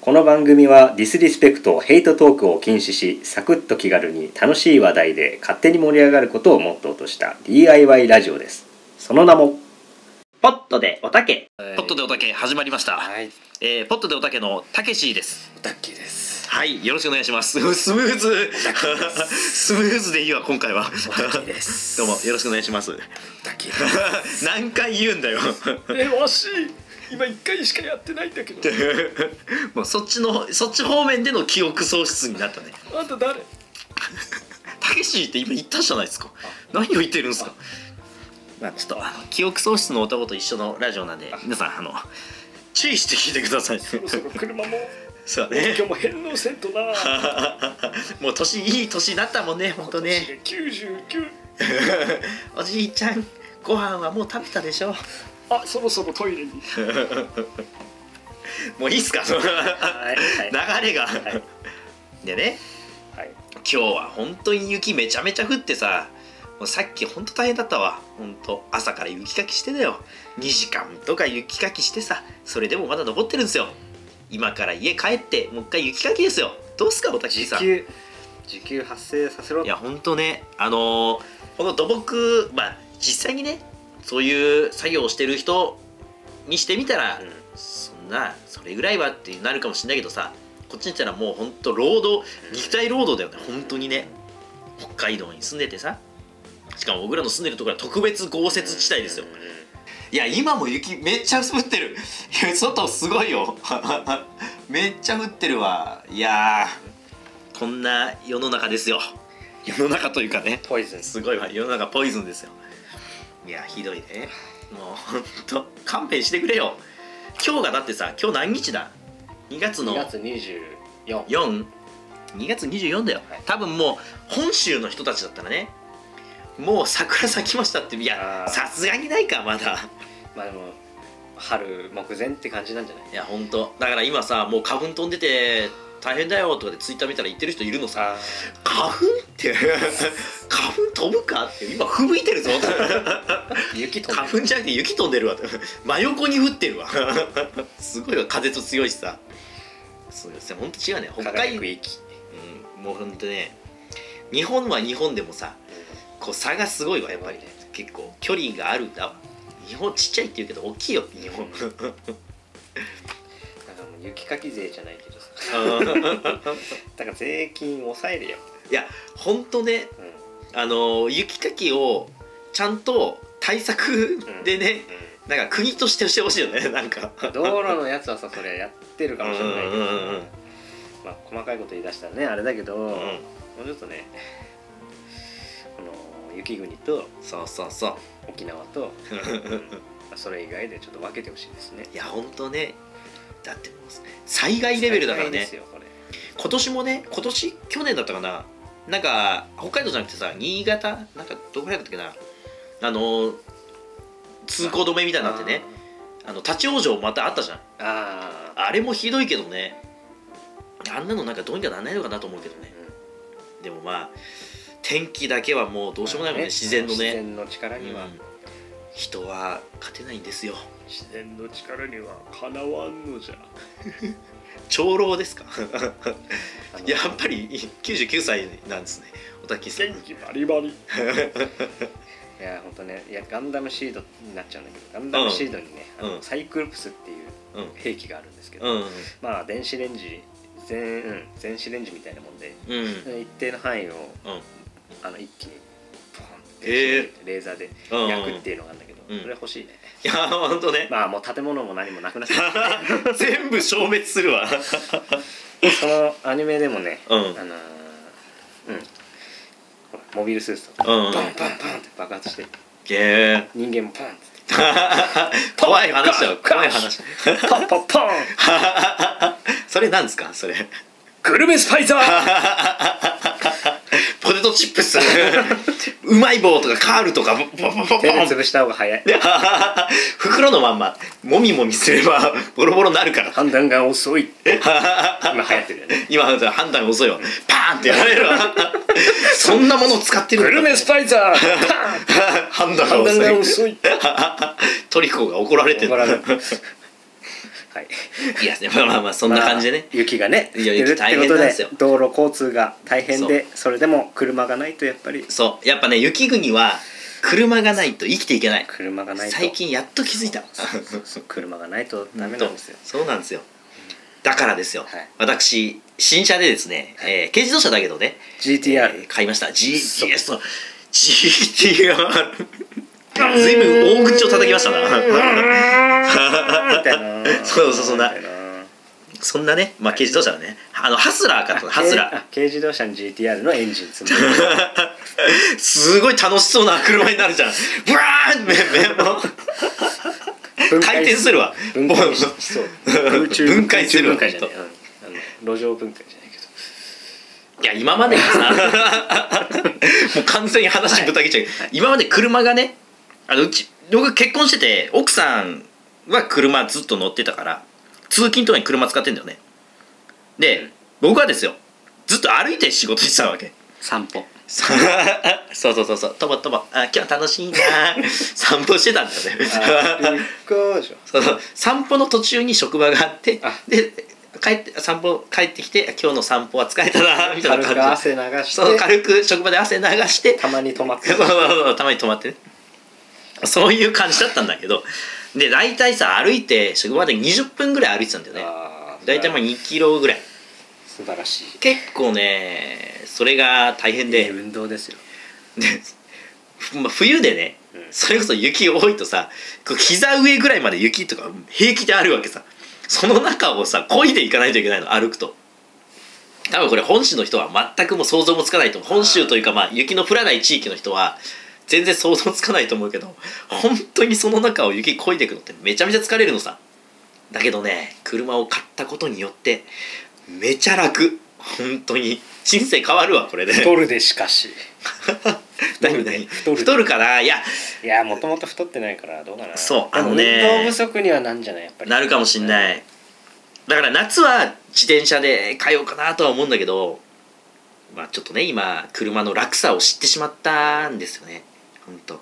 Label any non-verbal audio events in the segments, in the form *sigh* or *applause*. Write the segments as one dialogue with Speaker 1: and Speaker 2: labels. Speaker 1: この番組はディスリスペクトヘイトトークを禁止しサクッと気軽に楽しい話題で勝手に盛り上がることをモットーとした DIY ラジオですその名も
Speaker 2: ポットでおたけ、
Speaker 3: はい
Speaker 4: ポットでおたけ始まりました、
Speaker 3: はい、
Speaker 4: えーポットでおたけのたけしーです
Speaker 3: ダッキーです。
Speaker 4: はいよろしくお願いします
Speaker 1: *laughs*
Speaker 4: スムーズスムーズでいいわ今回は
Speaker 3: す
Speaker 4: *laughs* どうもよろしくお願いします
Speaker 3: ダッキーです。
Speaker 4: 何回言うん
Speaker 1: *laughs*
Speaker 4: だよ
Speaker 3: え、惜しい。今一回しかやってないんだけど。
Speaker 4: もうそっちのそっち方面での記憶喪失になったね
Speaker 3: あんた誰？
Speaker 4: たけしーって今言ったじゃないですか何を言ってるんですかまあちょっとあの記憶喪失の男と一緒のラジオなんで皆さんあの注意して聞いてください
Speaker 3: そろそろ車
Speaker 4: *laughs*
Speaker 3: も
Speaker 4: そうだ
Speaker 3: 免
Speaker 4: ね
Speaker 3: 許も返納せんとな。
Speaker 4: もう年いい年になったもんね *laughs* 本当ね。
Speaker 3: 九十九。
Speaker 4: おじいちゃんご飯はもう食べたでしょ
Speaker 3: あ、そろそろトイレに。
Speaker 4: *laughs* もういいっすか
Speaker 1: はい
Speaker 4: 流れが、
Speaker 1: い
Speaker 4: でね
Speaker 1: はい
Speaker 4: 今日は本当に雪めちゃめちゃ降ってさもうさっき本当大変だったわ本当朝から雪かきしてたよ2時間とか雪かきしてさそれでもまだ登ってるんですよ今から家帰ってもう一回雪かきですよどうっすかおたき
Speaker 1: 時
Speaker 4: さん
Speaker 1: 給時給発生させろ
Speaker 4: いや本当ねあのーこの土木まあ実際にねそういう作業をしてる人にしてみたら、
Speaker 1: うん
Speaker 4: そんなそれぐらいはってなるかもしれないけどさこっちにしたらもう本当労働肉体労働だよね本当にね北海道に住んでてさしかも僕らの住んでるところは特別豪雪地帯ですよいや今も雪めっちゃ降ってるいや外すごいよ *laughs* めっちゃ降ってるわいやーこんな世の中ですよ世の中というかね
Speaker 1: ポイズン
Speaker 4: すごいわ世の中ポイズンですよいやひどいねもうほんと勘弁してくれよ今日がだってさ今日何日だ2月の
Speaker 1: 2月24
Speaker 4: 42月24だよ、
Speaker 1: はい
Speaker 4: 多分もう本州の人たちだったらねもう桜咲きましたっていや
Speaker 1: あー
Speaker 4: さすがにないかまだ
Speaker 1: まあでも春目前って感じなんじゃない
Speaker 4: いや本当だから今さもう花粉飛んでて大変だよとかでツイッター見たら言ってる人いるのさ
Speaker 1: あ
Speaker 4: *laughs* 花粉って *laughs* 花粉飛ぶかって今吹雪いてるぞ
Speaker 1: 雪飛んで
Speaker 4: 花粉じゃなくて雪飛んでるわ *laughs* 真横に降ってるわ *laughs* すごいわ風と強いしさそうですね本当違うね北海
Speaker 1: 輝く
Speaker 4: 道、
Speaker 1: 息
Speaker 4: うん、もう本当ね日本は日本でもさこう差がすごいわやっぱりね結構距離があるんだわ日本ちっちゃいって言うけど大きいよ日本 *laughs*
Speaker 1: なんかもう雪かき税じゃないけどさ
Speaker 4: うん
Speaker 1: だから税金抑えるよ、
Speaker 4: いや本当ね
Speaker 1: うんうん
Speaker 4: あの雪かきをちゃんと対策でね、なんか国としてしてほしいよねなんか
Speaker 1: 道路のやつはさそれやってるかもしれないけ
Speaker 4: う
Speaker 1: ど、
Speaker 4: んうんうんうん
Speaker 1: まあ、細かいこと言い出したらねあれだけど、
Speaker 4: う
Speaker 1: も
Speaker 4: ん
Speaker 1: うちょっとねこの雪国と
Speaker 4: そうそうそう
Speaker 1: 沖縄
Speaker 4: *laughs*
Speaker 1: と、うんまあそれ以外でちょっと分けてほしいですね
Speaker 4: いや本当ねだってもう災害レベルだから
Speaker 1: 最大
Speaker 4: ね
Speaker 1: ですよこれ
Speaker 4: 今年もね今年去年だったかななんか北海道じゃなくてさ新潟なんかどこらいだったっけなあの通行止めみたいになってねあの立ち往生またあったじゃん
Speaker 1: あーあ
Speaker 4: あれもひどいけどねあんなのなんかどうにかならないのかなと思うけどねでもまあ天気だけはもうどうしようもないもんね自然の
Speaker 1: 自
Speaker 4: ね、
Speaker 1: 然の力には、
Speaker 4: うん人は勝てないんですよ
Speaker 3: 自然の力にはかなわんのじゃ。
Speaker 4: 長老ですか
Speaker 1: あの
Speaker 4: やっぱり99歳なんですねおたきさん
Speaker 3: 元気バリ
Speaker 1: *laughs*
Speaker 3: バリ。
Speaker 1: いや本当ねいやガンダムシードになっちゃうんだけどガンダムシードにね、あの
Speaker 4: うん
Speaker 1: サイクルプスっていう
Speaker 4: うん
Speaker 1: 兵器があるんですけど、
Speaker 4: うん
Speaker 1: まあ電子レンジ全,、うん、電子レンジみたいなもんで
Speaker 4: うん
Speaker 1: 一定の範囲を
Speaker 4: うん
Speaker 1: あの一気にポンって
Speaker 4: えー
Speaker 1: レーザーで
Speaker 4: うん
Speaker 1: 焼くっていうのがあるんだけど、
Speaker 4: うん
Speaker 1: それ欲しいね、
Speaker 4: いや本当ね *laughs*
Speaker 1: まあもう建物も何もなくなっちゃっ
Speaker 4: 全部消滅するわ
Speaker 1: た *laughs* そのアニメでもね、
Speaker 4: うん
Speaker 1: あのーうんほらモビルスーツとか
Speaker 4: うん
Speaker 1: パンパンパンって爆発して
Speaker 4: げー *laughs*
Speaker 1: 人間もパンって
Speaker 4: 怖い話だよ怖い話 *laughs*
Speaker 1: パンパンパン
Speaker 4: それなんですかそれ
Speaker 3: グルメスパイザー。
Speaker 4: ポテトチップス *laughs* うまい棒とかカールとかポポポポ
Speaker 1: 手
Speaker 4: ポ
Speaker 1: で
Speaker 4: ン
Speaker 1: 潰した方が早い
Speaker 4: で *laughs* 袋のまんまもみもみすればボロボロになるから
Speaker 1: 判断が遅い今流行ってるよね
Speaker 4: *laughs* 今の判断が遅いわパーンってやられ
Speaker 1: *laughs*
Speaker 4: るわそんなものを使ってる
Speaker 3: グ
Speaker 4: のか
Speaker 3: ルメスパイザー。
Speaker 4: *laughs* 判断が
Speaker 3: 判断が
Speaker 4: *laughs* 遅い
Speaker 3: 遅い。
Speaker 4: トリコが怒られてる
Speaker 1: 怒られるはい、
Speaker 4: いやまあまあまあそんな感じでね、
Speaker 1: 雪がね降っ
Speaker 4: いや
Speaker 1: てるっ
Speaker 4: 雪大
Speaker 1: て
Speaker 4: 変
Speaker 1: こと
Speaker 4: なんで
Speaker 1: です
Speaker 4: よ
Speaker 1: 道路交通が大変でそれでも車がないとやっぱり
Speaker 4: そうやっぱね雪国は車がないと生きていけない
Speaker 1: 車がないと
Speaker 4: 最近やっと気づいた
Speaker 1: 車がないとダメなんですよ
Speaker 4: *laughs* そうなんですよだからですよ、
Speaker 1: はい
Speaker 4: 私新車でですね、えー軽自動車だけどね、え
Speaker 1: GTR
Speaker 4: ー買いました
Speaker 1: そう
Speaker 4: GTS の GTR ずいぶん大口を叩きましたな
Speaker 1: みたいな
Speaker 4: そうそうそんな
Speaker 1: みたい
Speaker 4: そんなね、まあ、軽自動車だねあのハスラーかとハスラー
Speaker 1: 軽軽自動車に GTR のエンジン積んでる
Speaker 4: すごい楽しそうな車になるじゃんブラーンめめも
Speaker 1: 分
Speaker 4: 回転するわ
Speaker 1: 分解しそう空中
Speaker 4: 分解する
Speaker 1: 空中分解じゃない、うんあの路上分解じゃないけど
Speaker 4: いや今までが *laughs* さもう完全に話ぶった切っちゃうけど、今まで車がねあのうち僕結婚してて奥さんは車ずっと乗ってたから通勤とかに車使ってんだよねで僕はですよずっと歩いて仕事してたわ *laughs* け
Speaker 1: 散歩
Speaker 4: そうそうそうそうとぼとぼあ今日楽しい *laughs* な散歩してたんだよね
Speaker 1: あ行こうじゃん
Speaker 4: その散歩の途中に職場があって
Speaker 1: あ
Speaker 4: で帰って散歩帰ってきて今日の散歩は疲れたなみたいな
Speaker 1: 軽
Speaker 4: 感じ
Speaker 1: く
Speaker 4: で
Speaker 1: 汗流し
Speaker 4: そう
Speaker 1: て
Speaker 4: 軽く職場で汗流して
Speaker 1: たまに止まって
Speaker 4: そうそうそう *laughs* たまに止まってねそういう感じだったんだけどで大体さ歩いて職場まで20分ぐらい歩いてたんだよね
Speaker 1: あー
Speaker 4: 大体まあ2キロぐらい
Speaker 1: 素晴らしい
Speaker 4: 結構ねそれが大変で
Speaker 1: いい運動ですよ
Speaker 4: でふまあ冬でねそれこそ雪多いとさこう膝上ぐらいまで雪とか平気であるわけさその中をさ漕いでいかないといけないの歩くと多分これ本州の人は全くもう想像もつかないと思う本州というかまあ雪の降らない地域の人は全然想像つかないと思うけど本当にその中を雪漕いでいくのってめちゃめちゃ疲れるのさだけどね車を買ったことによってめちゃ楽本当に人生変わるわこれで *laughs*
Speaker 1: 太るでしかし
Speaker 4: 何何
Speaker 1: 太る
Speaker 4: 太るかないや
Speaker 1: いやもともと太ってないからどうかな
Speaker 4: そう
Speaker 1: でも
Speaker 4: あのね
Speaker 1: 運動不足にはなんじゃないやっぱり
Speaker 4: なるかもしんないだから夏は自転車で通おうかなとは思うんだけどまあちょっとね今車の落差を知ってしまったんですよねほんと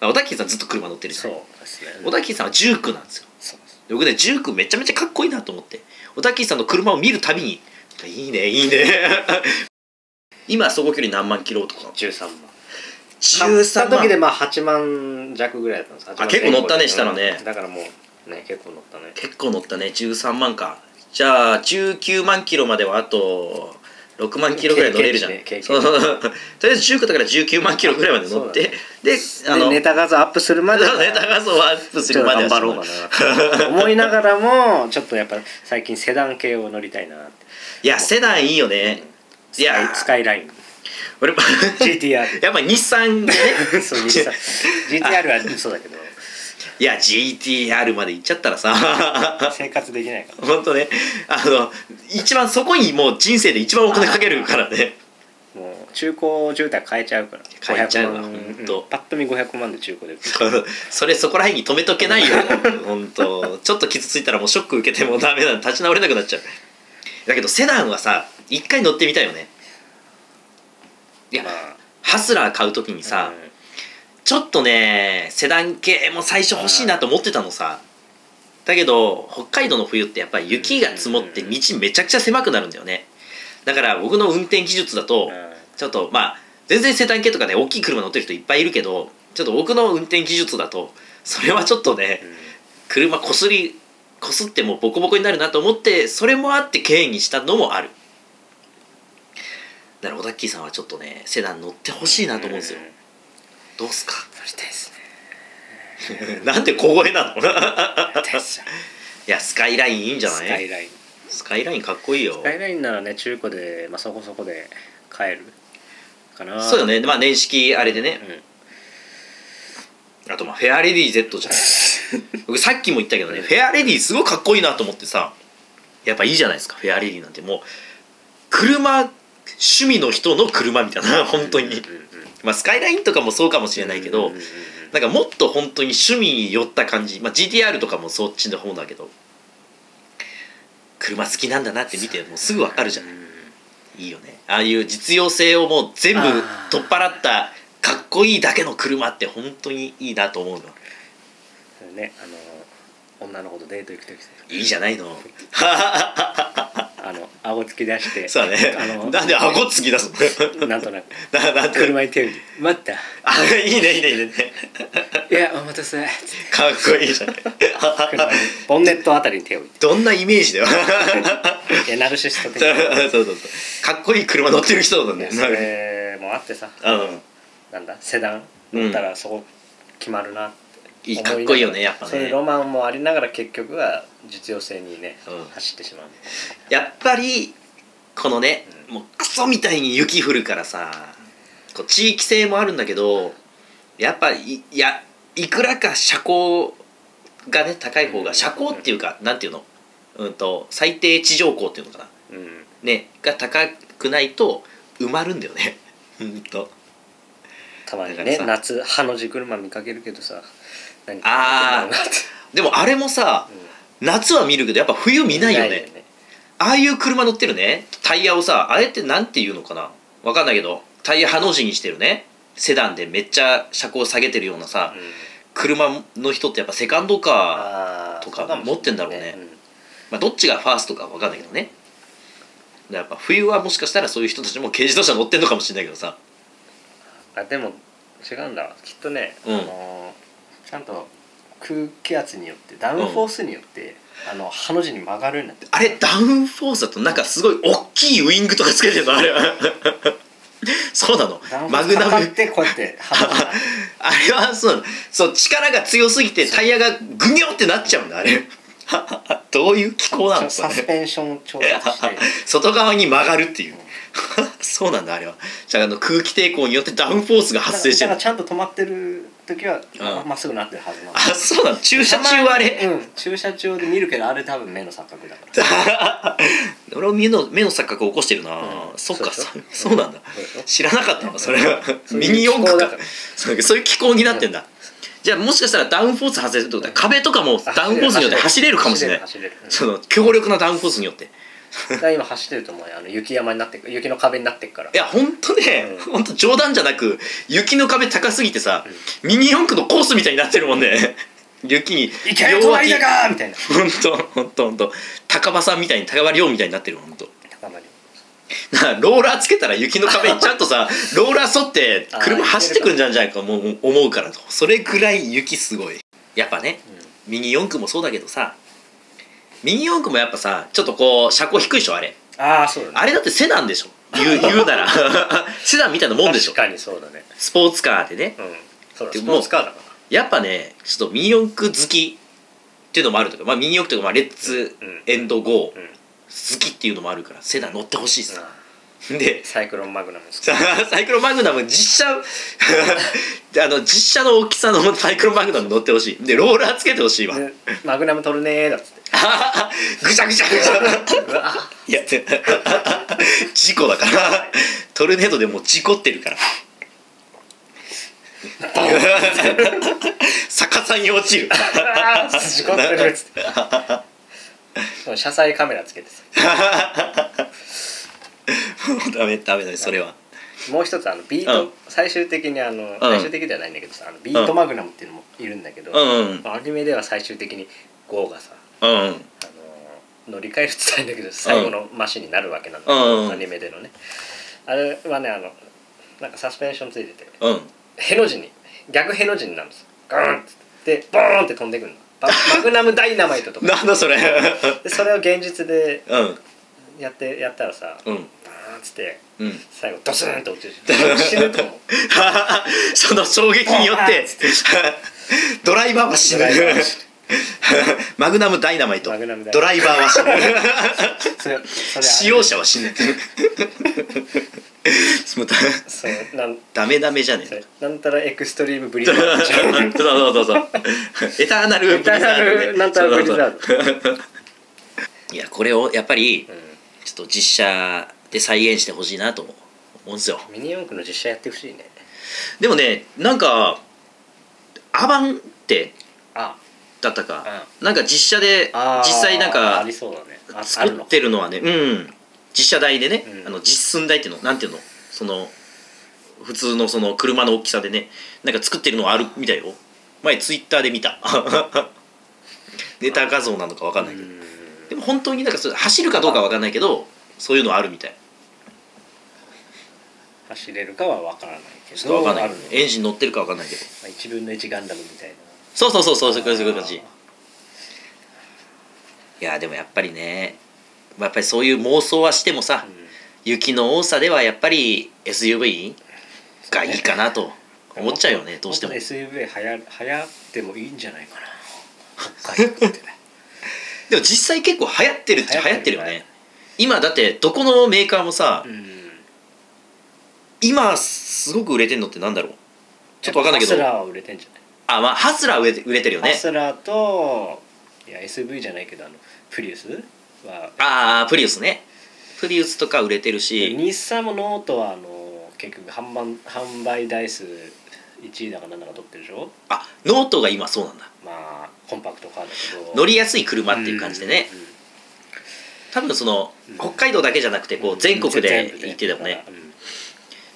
Speaker 4: まあ小田切さんずっと車乗ってるじゃ
Speaker 1: そうんですね
Speaker 4: 小田切さんは19なんですよ
Speaker 1: そうです
Speaker 4: で僕ね19めちゃめちゃかっこいいなと思って小田切さんの車を見るたびにいいねいいね *laughs* 今走行距離何万キロとか
Speaker 1: 13万買
Speaker 4: 13
Speaker 1: った時で
Speaker 4: 万
Speaker 1: まあ8万弱ぐらいだったんです8万
Speaker 4: あ結構乗ったねしたらね
Speaker 1: うんだからもうね結構乗ったね
Speaker 4: 結構乗ったね13万かじゃあ19万キロまではあと6万キロぐらい乗れるじゃん
Speaker 1: 経験値
Speaker 4: そ
Speaker 1: ね
Speaker 4: う *laughs* とりあえず19だから19万キロぐらいまで乗って、であ
Speaker 1: で
Speaker 4: の
Speaker 1: ネタ画像アップするまでは
Speaker 4: *laughs* ネタ画像をアップす
Speaker 1: ちょ
Speaker 4: る
Speaker 1: っと
Speaker 4: まで
Speaker 1: 頑
Speaker 4: は
Speaker 1: 張ろうかな思いながらもちょっとやっぱ最近セダン系を乗りたいなって
Speaker 4: いやセダンいいよね、いや
Speaker 1: スカイライン
Speaker 4: 俺 *laughs*
Speaker 1: GTR
Speaker 4: やっぱ日産でね *laughs*
Speaker 1: そう GTR GTR はそうだけど
Speaker 4: いや GTR まで行っちゃったらさ *laughs*
Speaker 1: 生活できないから
Speaker 4: 本当ねあの一番そこにもう人生で一番お金かけるからね
Speaker 1: もう中古住宅買えちゃうから
Speaker 4: 買えちゃうわ
Speaker 1: 500万
Speaker 4: ほんと
Speaker 1: うんパッと見500万で中古で売ってる
Speaker 4: *laughs* それそこら辺に止めとけないよ本当ちょっと傷ついたらもうショック受けてもダメなの立ち直れなくなっちゃうだけどセダンはさ一回乗ってみたいよねいや
Speaker 1: ま
Speaker 4: ハスラー買う時にさ、
Speaker 1: うん
Speaker 4: ちょっとねセダン系も最初欲しいなと思ってたのさだけど北海道の冬ってやっぱり雪が積もって道めちゃくちゃ狭くなるんだよねだから僕の運転技術だと、
Speaker 1: うん
Speaker 4: ちょっとまあ全然セダン系とかね大きい車乗ってる人いっぱいいるけどちょっと僕の運転技術だとそれはちょっとね車こすりこすってもうボコボコになるなと思ってそれもあって軽にしたのもあるだからオダッキーさんはちょっとねセダン乗ってほしいなと思うんですよ
Speaker 1: うん
Speaker 4: どうっすか *laughs*
Speaker 1: 乗りたいですね
Speaker 4: なんで小声なの *laughs*
Speaker 1: 乗りたいっすよ
Speaker 4: いやスカイラインいいんじゃ
Speaker 1: ス
Speaker 4: な
Speaker 1: カ
Speaker 4: い
Speaker 1: イライン
Speaker 4: スカイラインかっこいいよ
Speaker 1: スカイラインならね中古で、まあ、そこそこで買えるかな
Speaker 4: そうよねまあ年式あれでね、
Speaker 1: うん
Speaker 4: あとまあフェアレディ Z じゃない
Speaker 1: *laughs*
Speaker 4: 僕さっきも言ったけどねフェアレディすごいかっこいいなと思ってさやっぱいいじゃないですかフェアレディなんてもう車趣味の人の車みたいな本当に
Speaker 1: うんうん
Speaker 4: まあスカイラインとかもそうかもしれないけど、
Speaker 1: うんうんうん
Speaker 4: なんかもっと本当に趣味に寄った感じ、まあ、GTR とかもそっちの方だけど車好きなんだなって見てもうすぐわかるじゃんいいよねああいう実用性をもう全部
Speaker 1: あー
Speaker 4: 取っ払ったかっこいいだけの車って本当にいいなと思うの
Speaker 1: うんねあの女の子とデート行く時
Speaker 4: いいじゃないの
Speaker 1: あの顎突き出して
Speaker 4: そうだ
Speaker 1: あの
Speaker 4: ねなんで顎突き出すの
Speaker 1: なんとなく
Speaker 4: ななんて
Speaker 1: 車に手を入れて「待った
Speaker 4: あいいねいいねいいね
Speaker 1: いやお待たせ」つって
Speaker 4: かっこいいじゃん
Speaker 1: 車にボンネットあたりに手を置い
Speaker 4: どんなイメージだよ
Speaker 1: ていやナルシスト的な
Speaker 4: *laughs* そうそうそうかっこいい車乗ってる人だね
Speaker 1: それもあってさ
Speaker 4: うん
Speaker 1: なんだセダン乗ったらそこ決まるなって
Speaker 4: いいかっこいいよねやっぱ
Speaker 1: そういう
Speaker 4: ね
Speaker 1: ロマンもありながら結局は実用性にね、
Speaker 4: うん
Speaker 1: 走ってしまう
Speaker 4: やっぱりこのねもうクソみたいに雪降るからさこう地域性もあるんだけどやっぱいいやいくらか車高がね高い方が車高っていうかなんていうのうんと最低地上高っていうのかな
Speaker 1: うん
Speaker 4: ねが高くないと埋まるんだよね *laughs* うんと
Speaker 1: たまに
Speaker 4: だから
Speaker 1: ね
Speaker 4: さ
Speaker 1: 夏ハの字車見かけるけどさ何
Speaker 4: あー
Speaker 1: なって
Speaker 4: でもあれもさ夏は見るけどやっぱ冬見ないよねああいう車乗ってるねタイヤをさあれってなんていうのかなわかんないけどタイヤハの字にしてるねセダンでめっちゃ車高下げてるようなさ
Speaker 1: うん
Speaker 4: 車の人ってやっぱセカンドカー、
Speaker 1: あー
Speaker 4: とか
Speaker 1: そうもしれ
Speaker 4: 持ってんだろうね
Speaker 1: うん
Speaker 4: まあ、どっちがファーストかわかんないけどねだからやっぱ冬はもしかしたらそういう人たちも軽自動車乗ってんのかもしれないけどさ
Speaker 1: あでも違うんだわきっとね、
Speaker 4: うん
Speaker 1: あのーちゃんと空気圧によってダウンフォースによって、あのハの字に曲がるようになってる
Speaker 4: あれダウンフォースだとなんかすごい大きいウイングとかつけてるのあれは *laughs* そうなの
Speaker 1: ダウンフォ
Speaker 4: マ
Speaker 1: ース
Speaker 4: グ
Speaker 1: か
Speaker 4: ナ
Speaker 1: か
Speaker 4: ム
Speaker 1: ってこうやってハの字
Speaker 4: *laughs*
Speaker 1: になる
Speaker 4: あれはそうそう力が強すぎてタイヤがグニョってなっちゃうんだあれ *laughs* どういう機構なのそ
Speaker 1: サス
Speaker 4: れ
Speaker 1: ペンションを調節して
Speaker 4: 外側に曲がるっていう *laughs* そうなんだあれはじゃああの空気抵抗によってダウンフォースが *laughs* 発生して
Speaker 1: だか
Speaker 4: る
Speaker 1: らちゃんと止まってる時は
Speaker 4: うん
Speaker 1: まっすぐなってるはずなの
Speaker 4: あそうなの駐車中はあれ
Speaker 1: うん駐車場で見るけどあれ多分目の錯覚だから
Speaker 4: *laughs* 俺は目の目の錯覚を起こしてるな、
Speaker 1: うん
Speaker 4: そっか
Speaker 1: そう
Speaker 4: そ
Speaker 1: でしょ
Speaker 4: そうなんだ
Speaker 1: そうでしょ
Speaker 4: 知らなかったわそれは
Speaker 1: そう
Speaker 4: ミ
Speaker 1: いう
Speaker 4: ニ四
Speaker 1: 機構
Speaker 4: 駆
Speaker 1: だ
Speaker 4: か
Speaker 1: から
Speaker 4: そうかそういう機構になってんだ、じゃあもしかしたらダウンフォース発生するってことは壁とかもダウンフォースによって走れるかもしれない
Speaker 1: 走れる走れるうん
Speaker 4: その強力なダウンフォースによって
Speaker 1: だから今走ってると思うよあの雪山になってく雪の壁になってくから
Speaker 4: いや本当ね
Speaker 1: う
Speaker 4: 本当冗談じゃなく雪の壁高すぎてさ、ミニ四駆のコースみたいになってるもんね雪に
Speaker 1: 「いけよ隣だか!」みたいな
Speaker 4: 本当本当本当高場さんみたいに高場亮みたいになってる本当
Speaker 1: 高まり
Speaker 4: なローラーつけたら雪の壁にちゃんと
Speaker 1: *laughs*
Speaker 4: さローラー沿って車走ってくんじゃんじゃないかもう思うからとそれくらい雪すごいやっぱねミニ四駆もそうだけどさミニ四駆もやっぱさちょっとこう車高低いでしょあれ
Speaker 1: ああそうだね
Speaker 4: あれだってセダンでしょ言う
Speaker 1: *laughs*
Speaker 4: 言うなら *laughs* セダンみたいなもんでしょ
Speaker 1: 確かにそうだね
Speaker 4: スポーツカーでね
Speaker 1: うんそうだ
Speaker 4: で
Speaker 1: ス
Speaker 4: も
Speaker 1: ポーツカーだか
Speaker 4: やっぱねちょっとミニ四駆好きっていうのもあるとか、まあ、ミニ四駆とか、まあ、レッツ
Speaker 1: うん
Speaker 4: エンドゴー
Speaker 1: らうん
Speaker 4: 好きっていうのもあるからセダン乗ってほしいさ、
Speaker 1: あ
Speaker 4: で
Speaker 1: ーサイクロンマグナム好き
Speaker 4: さサイクロマグナム実写 *laughs* あの実写の大きさのサイクロマグナム乗ってほしいでローラーつけてほしいわ
Speaker 1: でマグナム取るねーだっ
Speaker 4: *laughs*
Speaker 1: つって
Speaker 4: ぐちゃぐちゃぐちゃ
Speaker 1: うわー
Speaker 4: いやで事故だからトルネードでもう事故ってるから *laughs* 逆さに落ちる *laughs*
Speaker 1: あー事故ってるっつってそう車載カメラつけてさ
Speaker 4: もうダメダメだねそれは
Speaker 1: もう一つあのビート、
Speaker 4: うん
Speaker 1: 最終的にあの、最終的ではないんだけどさあのビートマグナムっていうのもいるんだけど、
Speaker 4: うんうん
Speaker 1: アニメでは最終的にゴーがさ、
Speaker 4: うんうん
Speaker 1: あのー乗り換えるって言ったらいいんだけど最後のマシンになるわけなんだ、
Speaker 4: うんうん
Speaker 1: アニメでのねあれはねあのなんかサスペンションついてて
Speaker 4: うん
Speaker 1: への字に逆への字になるんですよガーンってでボーンって飛んで
Speaker 4: *laughs*
Speaker 1: くるのママグナムダイナマイトとか
Speaker 4: なんだそれ
Speaker 1: でそれを現実で
Speaker 4: うん
Speaker 1: やってやったらさ、
Speaker 4: うん
Speaker 1: バーンっつって
Speaker 4: うん
Speaker 1: 最後ドスンと落ちるじゃん死ぬと思う
Speaker 4: その衝撃によっ
Speaker 1: ボーン
Speaker 4: て
Speaker 1: っつ
Speaker 4: ドライバーは *laughs* 死ぬ
Speaker 1: ドライバーは死
Speaker 4: *laughs* マグナムダイナマイト
Speaker 1: マグナムダイナマイト
Speaker 4: ドライバーは死ぬ
Speaker 1: それそれ
Speaker 4: 使用者は死ぬもうダ
Speaker 1: そうなん
Speaker 4: *laughs* ダメダメじゃね
Speaker 1: そ
Speaker 4: え
Speaker 1: れなんたらエクストリームブ
Speaker 4: *laughs*
Speaker 1: リザ
Speaker 4: そう
Speaker 1: ード
Speaker 4: そうそうそうエターナルブリザードね
Speaker 1: エターナルなんたらブリザード
Speaker 4: そうそうそういやこれをやっぱり
Speaker 1: う
Speaker 4: ちょっと実写で再現してほしいなと思うんですよ
Speaker 1: んミニ四駆の実写やってほしいね
Speaker 4: でもねなんかアバンって
Speaker 1: あ
Speaker 4: だったか、なんか実写で
Speaker 1: あー
Speaker 4: 実際なん
Speaker 1: あ
Speaker 4: か
Speaker 1: りそうだねああ
Speaker 4: 作
Speaker 1: る
Speaker 4: っ
Speaker 1: の
Speaker 4: てるのはねうん実写台でね、
Speaker 1: うん
Speaker 4: あの実寸台っていうのなんていうのその普通のその車の大きさでねなんか作ってるのはあるみたいよ前ツイッターで見た *laughs* ネタ画像なのか分かんないけどでも本当になんかそれ走るかどうか分かんないけどそういうのはあるみたい
Speaker 1: 走れるかは分からないけ
Speaker 4: ちょっと分
Speaker 1: ど
Speaker 4: かんない
Speaker 1: あるの
Speaker 4: エンジン乗ってるか分かんないけど
Speaker 1: まあ、1分の1ガンダムみたいな
Speaker 4: そうそうそうそうそういうそういう感じいやでもやっぱりねまあやっぱりそういう妄想はしてもさ、
Speaker 1: うん
Speaker 4: 雪の多さではやっぱり SUV がいいかなと思っちゃうよねどうしても
Speaker 1: っと SUV 流行流行ってもいいんじゃな
Speaker 4: *laughs*
Speaker 1: いかな北海道ってね
Speaker 4: でも実際結構流行ってるっちゃ流行
Speaker 1: 流行
Speaker 4: っ
Speaker 1: ってて
Speaker 4: る
Speaker 1: る
Speaker 4: よ
Speaker 1: よね
Speaker 4: ね今だってどこのメーカーもさ、
Speaker 1: うん
Speaker 4: 今すごく売れてんのってなんだろうちょっとわかんないけど
Speaker 1: ハスラーは売れてんじゃない
Speaker 4: あまあハスラー売れて売れてるよね
Speaker 1: ハスラーといや SUV じゃないけどあのプリウスは
Speaker 4: ああプリウスねプリウスとか売れてるし
Speaker 1: 日産もノートはあの結局販売販売台数1位だかなんだか取ってるでしょ
Speaker 4: あノートが今そうなんだ
Speaker 1: まあコンパクトカーだけど
Speaker 4: 乗りやすい車っていう感じでね、
Speaker 1: うんうんうん
Speaker 4: 多分その
Speaker 1: うん
Speaker 4: 北海道だけじゃなくてこう全国で行ってでもね、
Speaker 1: 全部で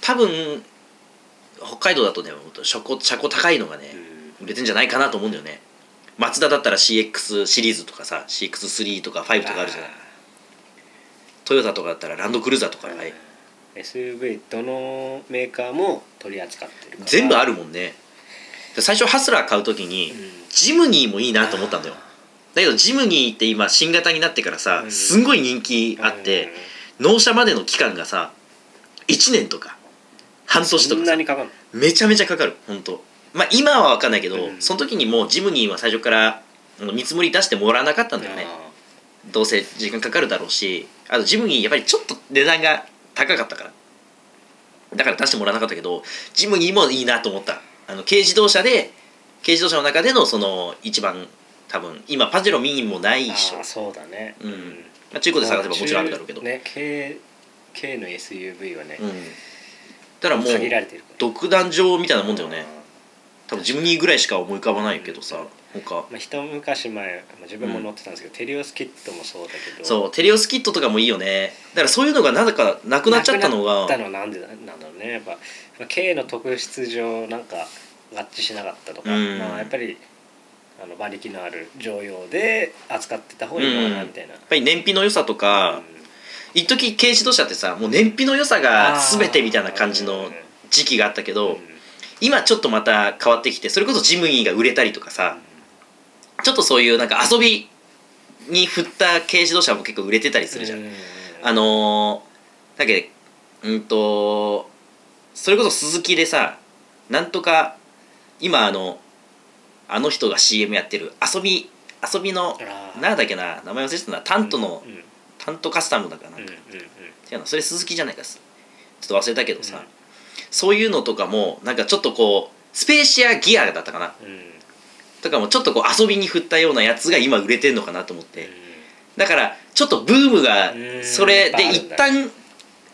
Speaker 4: 多分北海道だとねほんと車高車高高いのがね、売れてんじゃないかなと思うんだよねマツダだったら CX シリーズとかさ CX3 とか5とかあるじゃないトヨタとかだったらランドクルーザーとか、
Speaker 1: うん
Speaker 4: はい
Speaker 1: SUV どのメーカーも取り扱ってるから
Speaker 4: 全部あるもんねで最初ハスラー買う時に
Speaker 1: うん
Speaker 4: ジムニーもいいなと思ったんだよだけどジムニーって今新型になってからさ
Speaker 1: うん
Speaker 4: すんごい人気あって納車までの期間がさ1年とか半
Speaker 1: うん
Speaker 4: 年と
Speaker 1: そ
Speaker 4: か
Speaker 1: ん
Speaker 4: さ
Speaker 1: なにかかんない
Speaker 4: めちゃめちゃかかる本当まあ今は分かんないけど、
Speaker 1: うん
Speaker 4: その時にもうジムニーは最初からあの見積もり出してもらわなかったんだよねどうせ時間かかるだろうしあとジムニーやっぱりちょっと値段が高かったからだから出してもらわなかったけどジムニーもいいなと思ったあの軽自動車で軽自動車の中でのその一番多分今パジェロミニもない
Speaker 1: あ
Speaker 4: でしょ
Speaker 1: ー、そうだね
Speaker 4: うんまあ、中古で探せばもちろんあるだろうけど、
Speaker 1: ね K, K の SUV はね
Speaker 4: うん、だからもう
Speaker 1: 限られてるから
Speaker 4: 独壇場みたいなもんだよね多分ジムニーぐらいしか思い浮かばないけどさ他
Speaker 1: まあ、一昔前、まあ、自分も乗ってたんですけど、テリオスキットもそうだけど
Speaker 4: そうテレオスキットとかもいいよねだからそういうのがなぜかなくなっちゃったのが
Speaker 1: なくなったのなんでなんだろうねやっぱやっぱ K の特質上なんか合致しなかったとか、
Speaker 4: うん
Speaker 1: まあ、やっぱりあの馬力のある常用で扱ってた方がいいのかなみたいな、
Speaker 4: やっぱり燃費の良さとか、一時軽自動車ってさもう燃費の良さが全てみたいな感じの時期があったけど、
Speaker 1: うん
Speaker 4: 今ちょっとまた変わってきてそれこそジムニーが売れたりとかさ、ちょっとそういうなんか遊びに振った軽自動車も結構売れてたりするじゃん、
Speaker 1: うん
Speaker 4: あのー、だけどうんとそれこそ鈴木でさなんとか今あのあの人が CM やってる遊び遊びの
Speaker 1: あー
Speaker 4: なんだっけな名前忘れてたなタントの、
Speaker 1: うんうん
Speaker 4: タントカスタムだからなんか、
Speaker 1: うんうん
Speaker 4: 違うのそれ鈴木じゃないかすちょっと忘れたけどさ、
Speaker 1: うん
Speaker 4: そういうのとかもなんかちょっとこうスペーシアギアだったかな
Speaker 1: うんうん
Speaker 4: とかもちょっとこう遊びに振ったようなやつが今売れてんのかなと思って、だからちょっとブームが
Speaker 1: うん
Speaker 4: それで
Speaker 1: やっぱある
Speaker 4: 一
Speaker 1: んだ
Speaker 4: 旦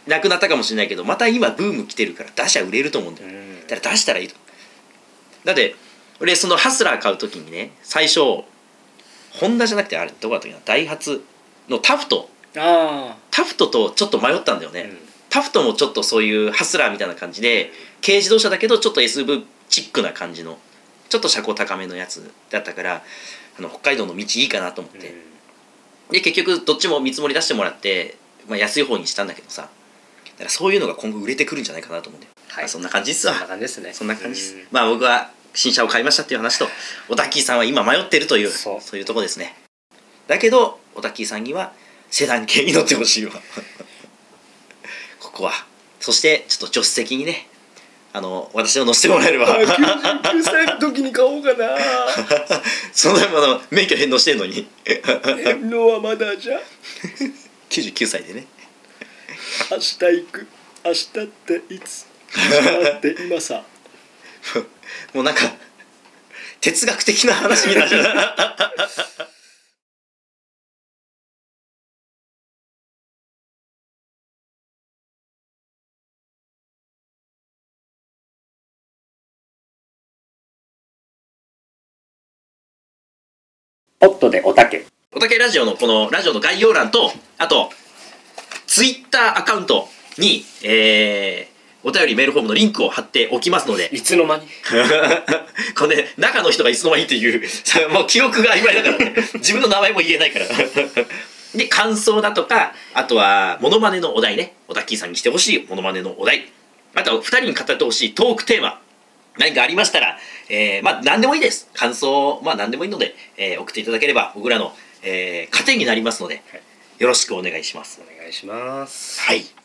Speaker 4: なくなったかもしれないけどまた今ブーム来てるから出しゃ売れると思うんだよ、
Speaker 1: うん
Speaker 4: だから出したらいいとだって俺そのハスラー買う時にね最初ホンダじゃなくてあれどこだったっけなダイハツのタフト
Speaker 1: あ
Speaker 4: タフトとちょっと迷ったんだよね、
Speaker 1: ー、うん
Speaker 4: タフトもちょっとそういうハスラーみたいな感じで軽自動車だけどちょっと SUV チックな感じのちょっと車高高めのやつだったからあの北海道の道いいかなと思って、で結局どっちも見積もり出してもらって、まあ、安い方にしたんだけどさだからそういうのが今後売れてくるんじゃないかなと思うんだよ、
Speaker 1: はい
Speaker 4: まあそんな感じっす
Speaker 1: そ
Speaker 4: わ
Speaker 1: んな感じですね
Speaker 4: そんな感じっす
Speaker 1: うん
Speaker 4: まあ僕は新車を買いましたっていう話とオタッキーさんは今迷ってるというそ
Speaker 1: そうう
Speaker 4: いうとこですねだけどオタッキーさんにはセダン系に乗ってほしいわ *laughs* ここはそしてちょっと助手席にねあの私を乗せてもらえれば
Speaker 3: あ99歳の時に買おうかな
Speaker 4: *laughs* そのままの免許返納してんのに *laughs*
Speaker 3: 返納はまだじゃ
Speaker 4: 99歳でね
Speaker 3: 明日行く明日っていつ明日って今さ *laughs*
Speaker 4: もうなんか哲学的な話になっちゃう
Speaker 1: ホットでおたけ
Speaker 4: おたけラジオのこのラジオの概要欄とあとツイッターアカウントに、えーお便りメールフォームのリンクを貼っておきますので
Speaker 3: いつの間に
Speaker 4: *laughs* これね中の人がいつの間にっていう *laughs* さもう記憶が曖昧だからね自分の名前も言えないから *laughs* で感想だとかあとはモノマネのお題ねオタッキーさんにしてほしいモノマネのお題あとは2人に語ってほしいトークテーマ何かありましたら、えーまあ何でもいいです感想まあ何でもいいので、えー送っていただければ僕らの、えー糧になりますのでよろしくお願いします
Speaker 3: お願いします
Speaker 4: はい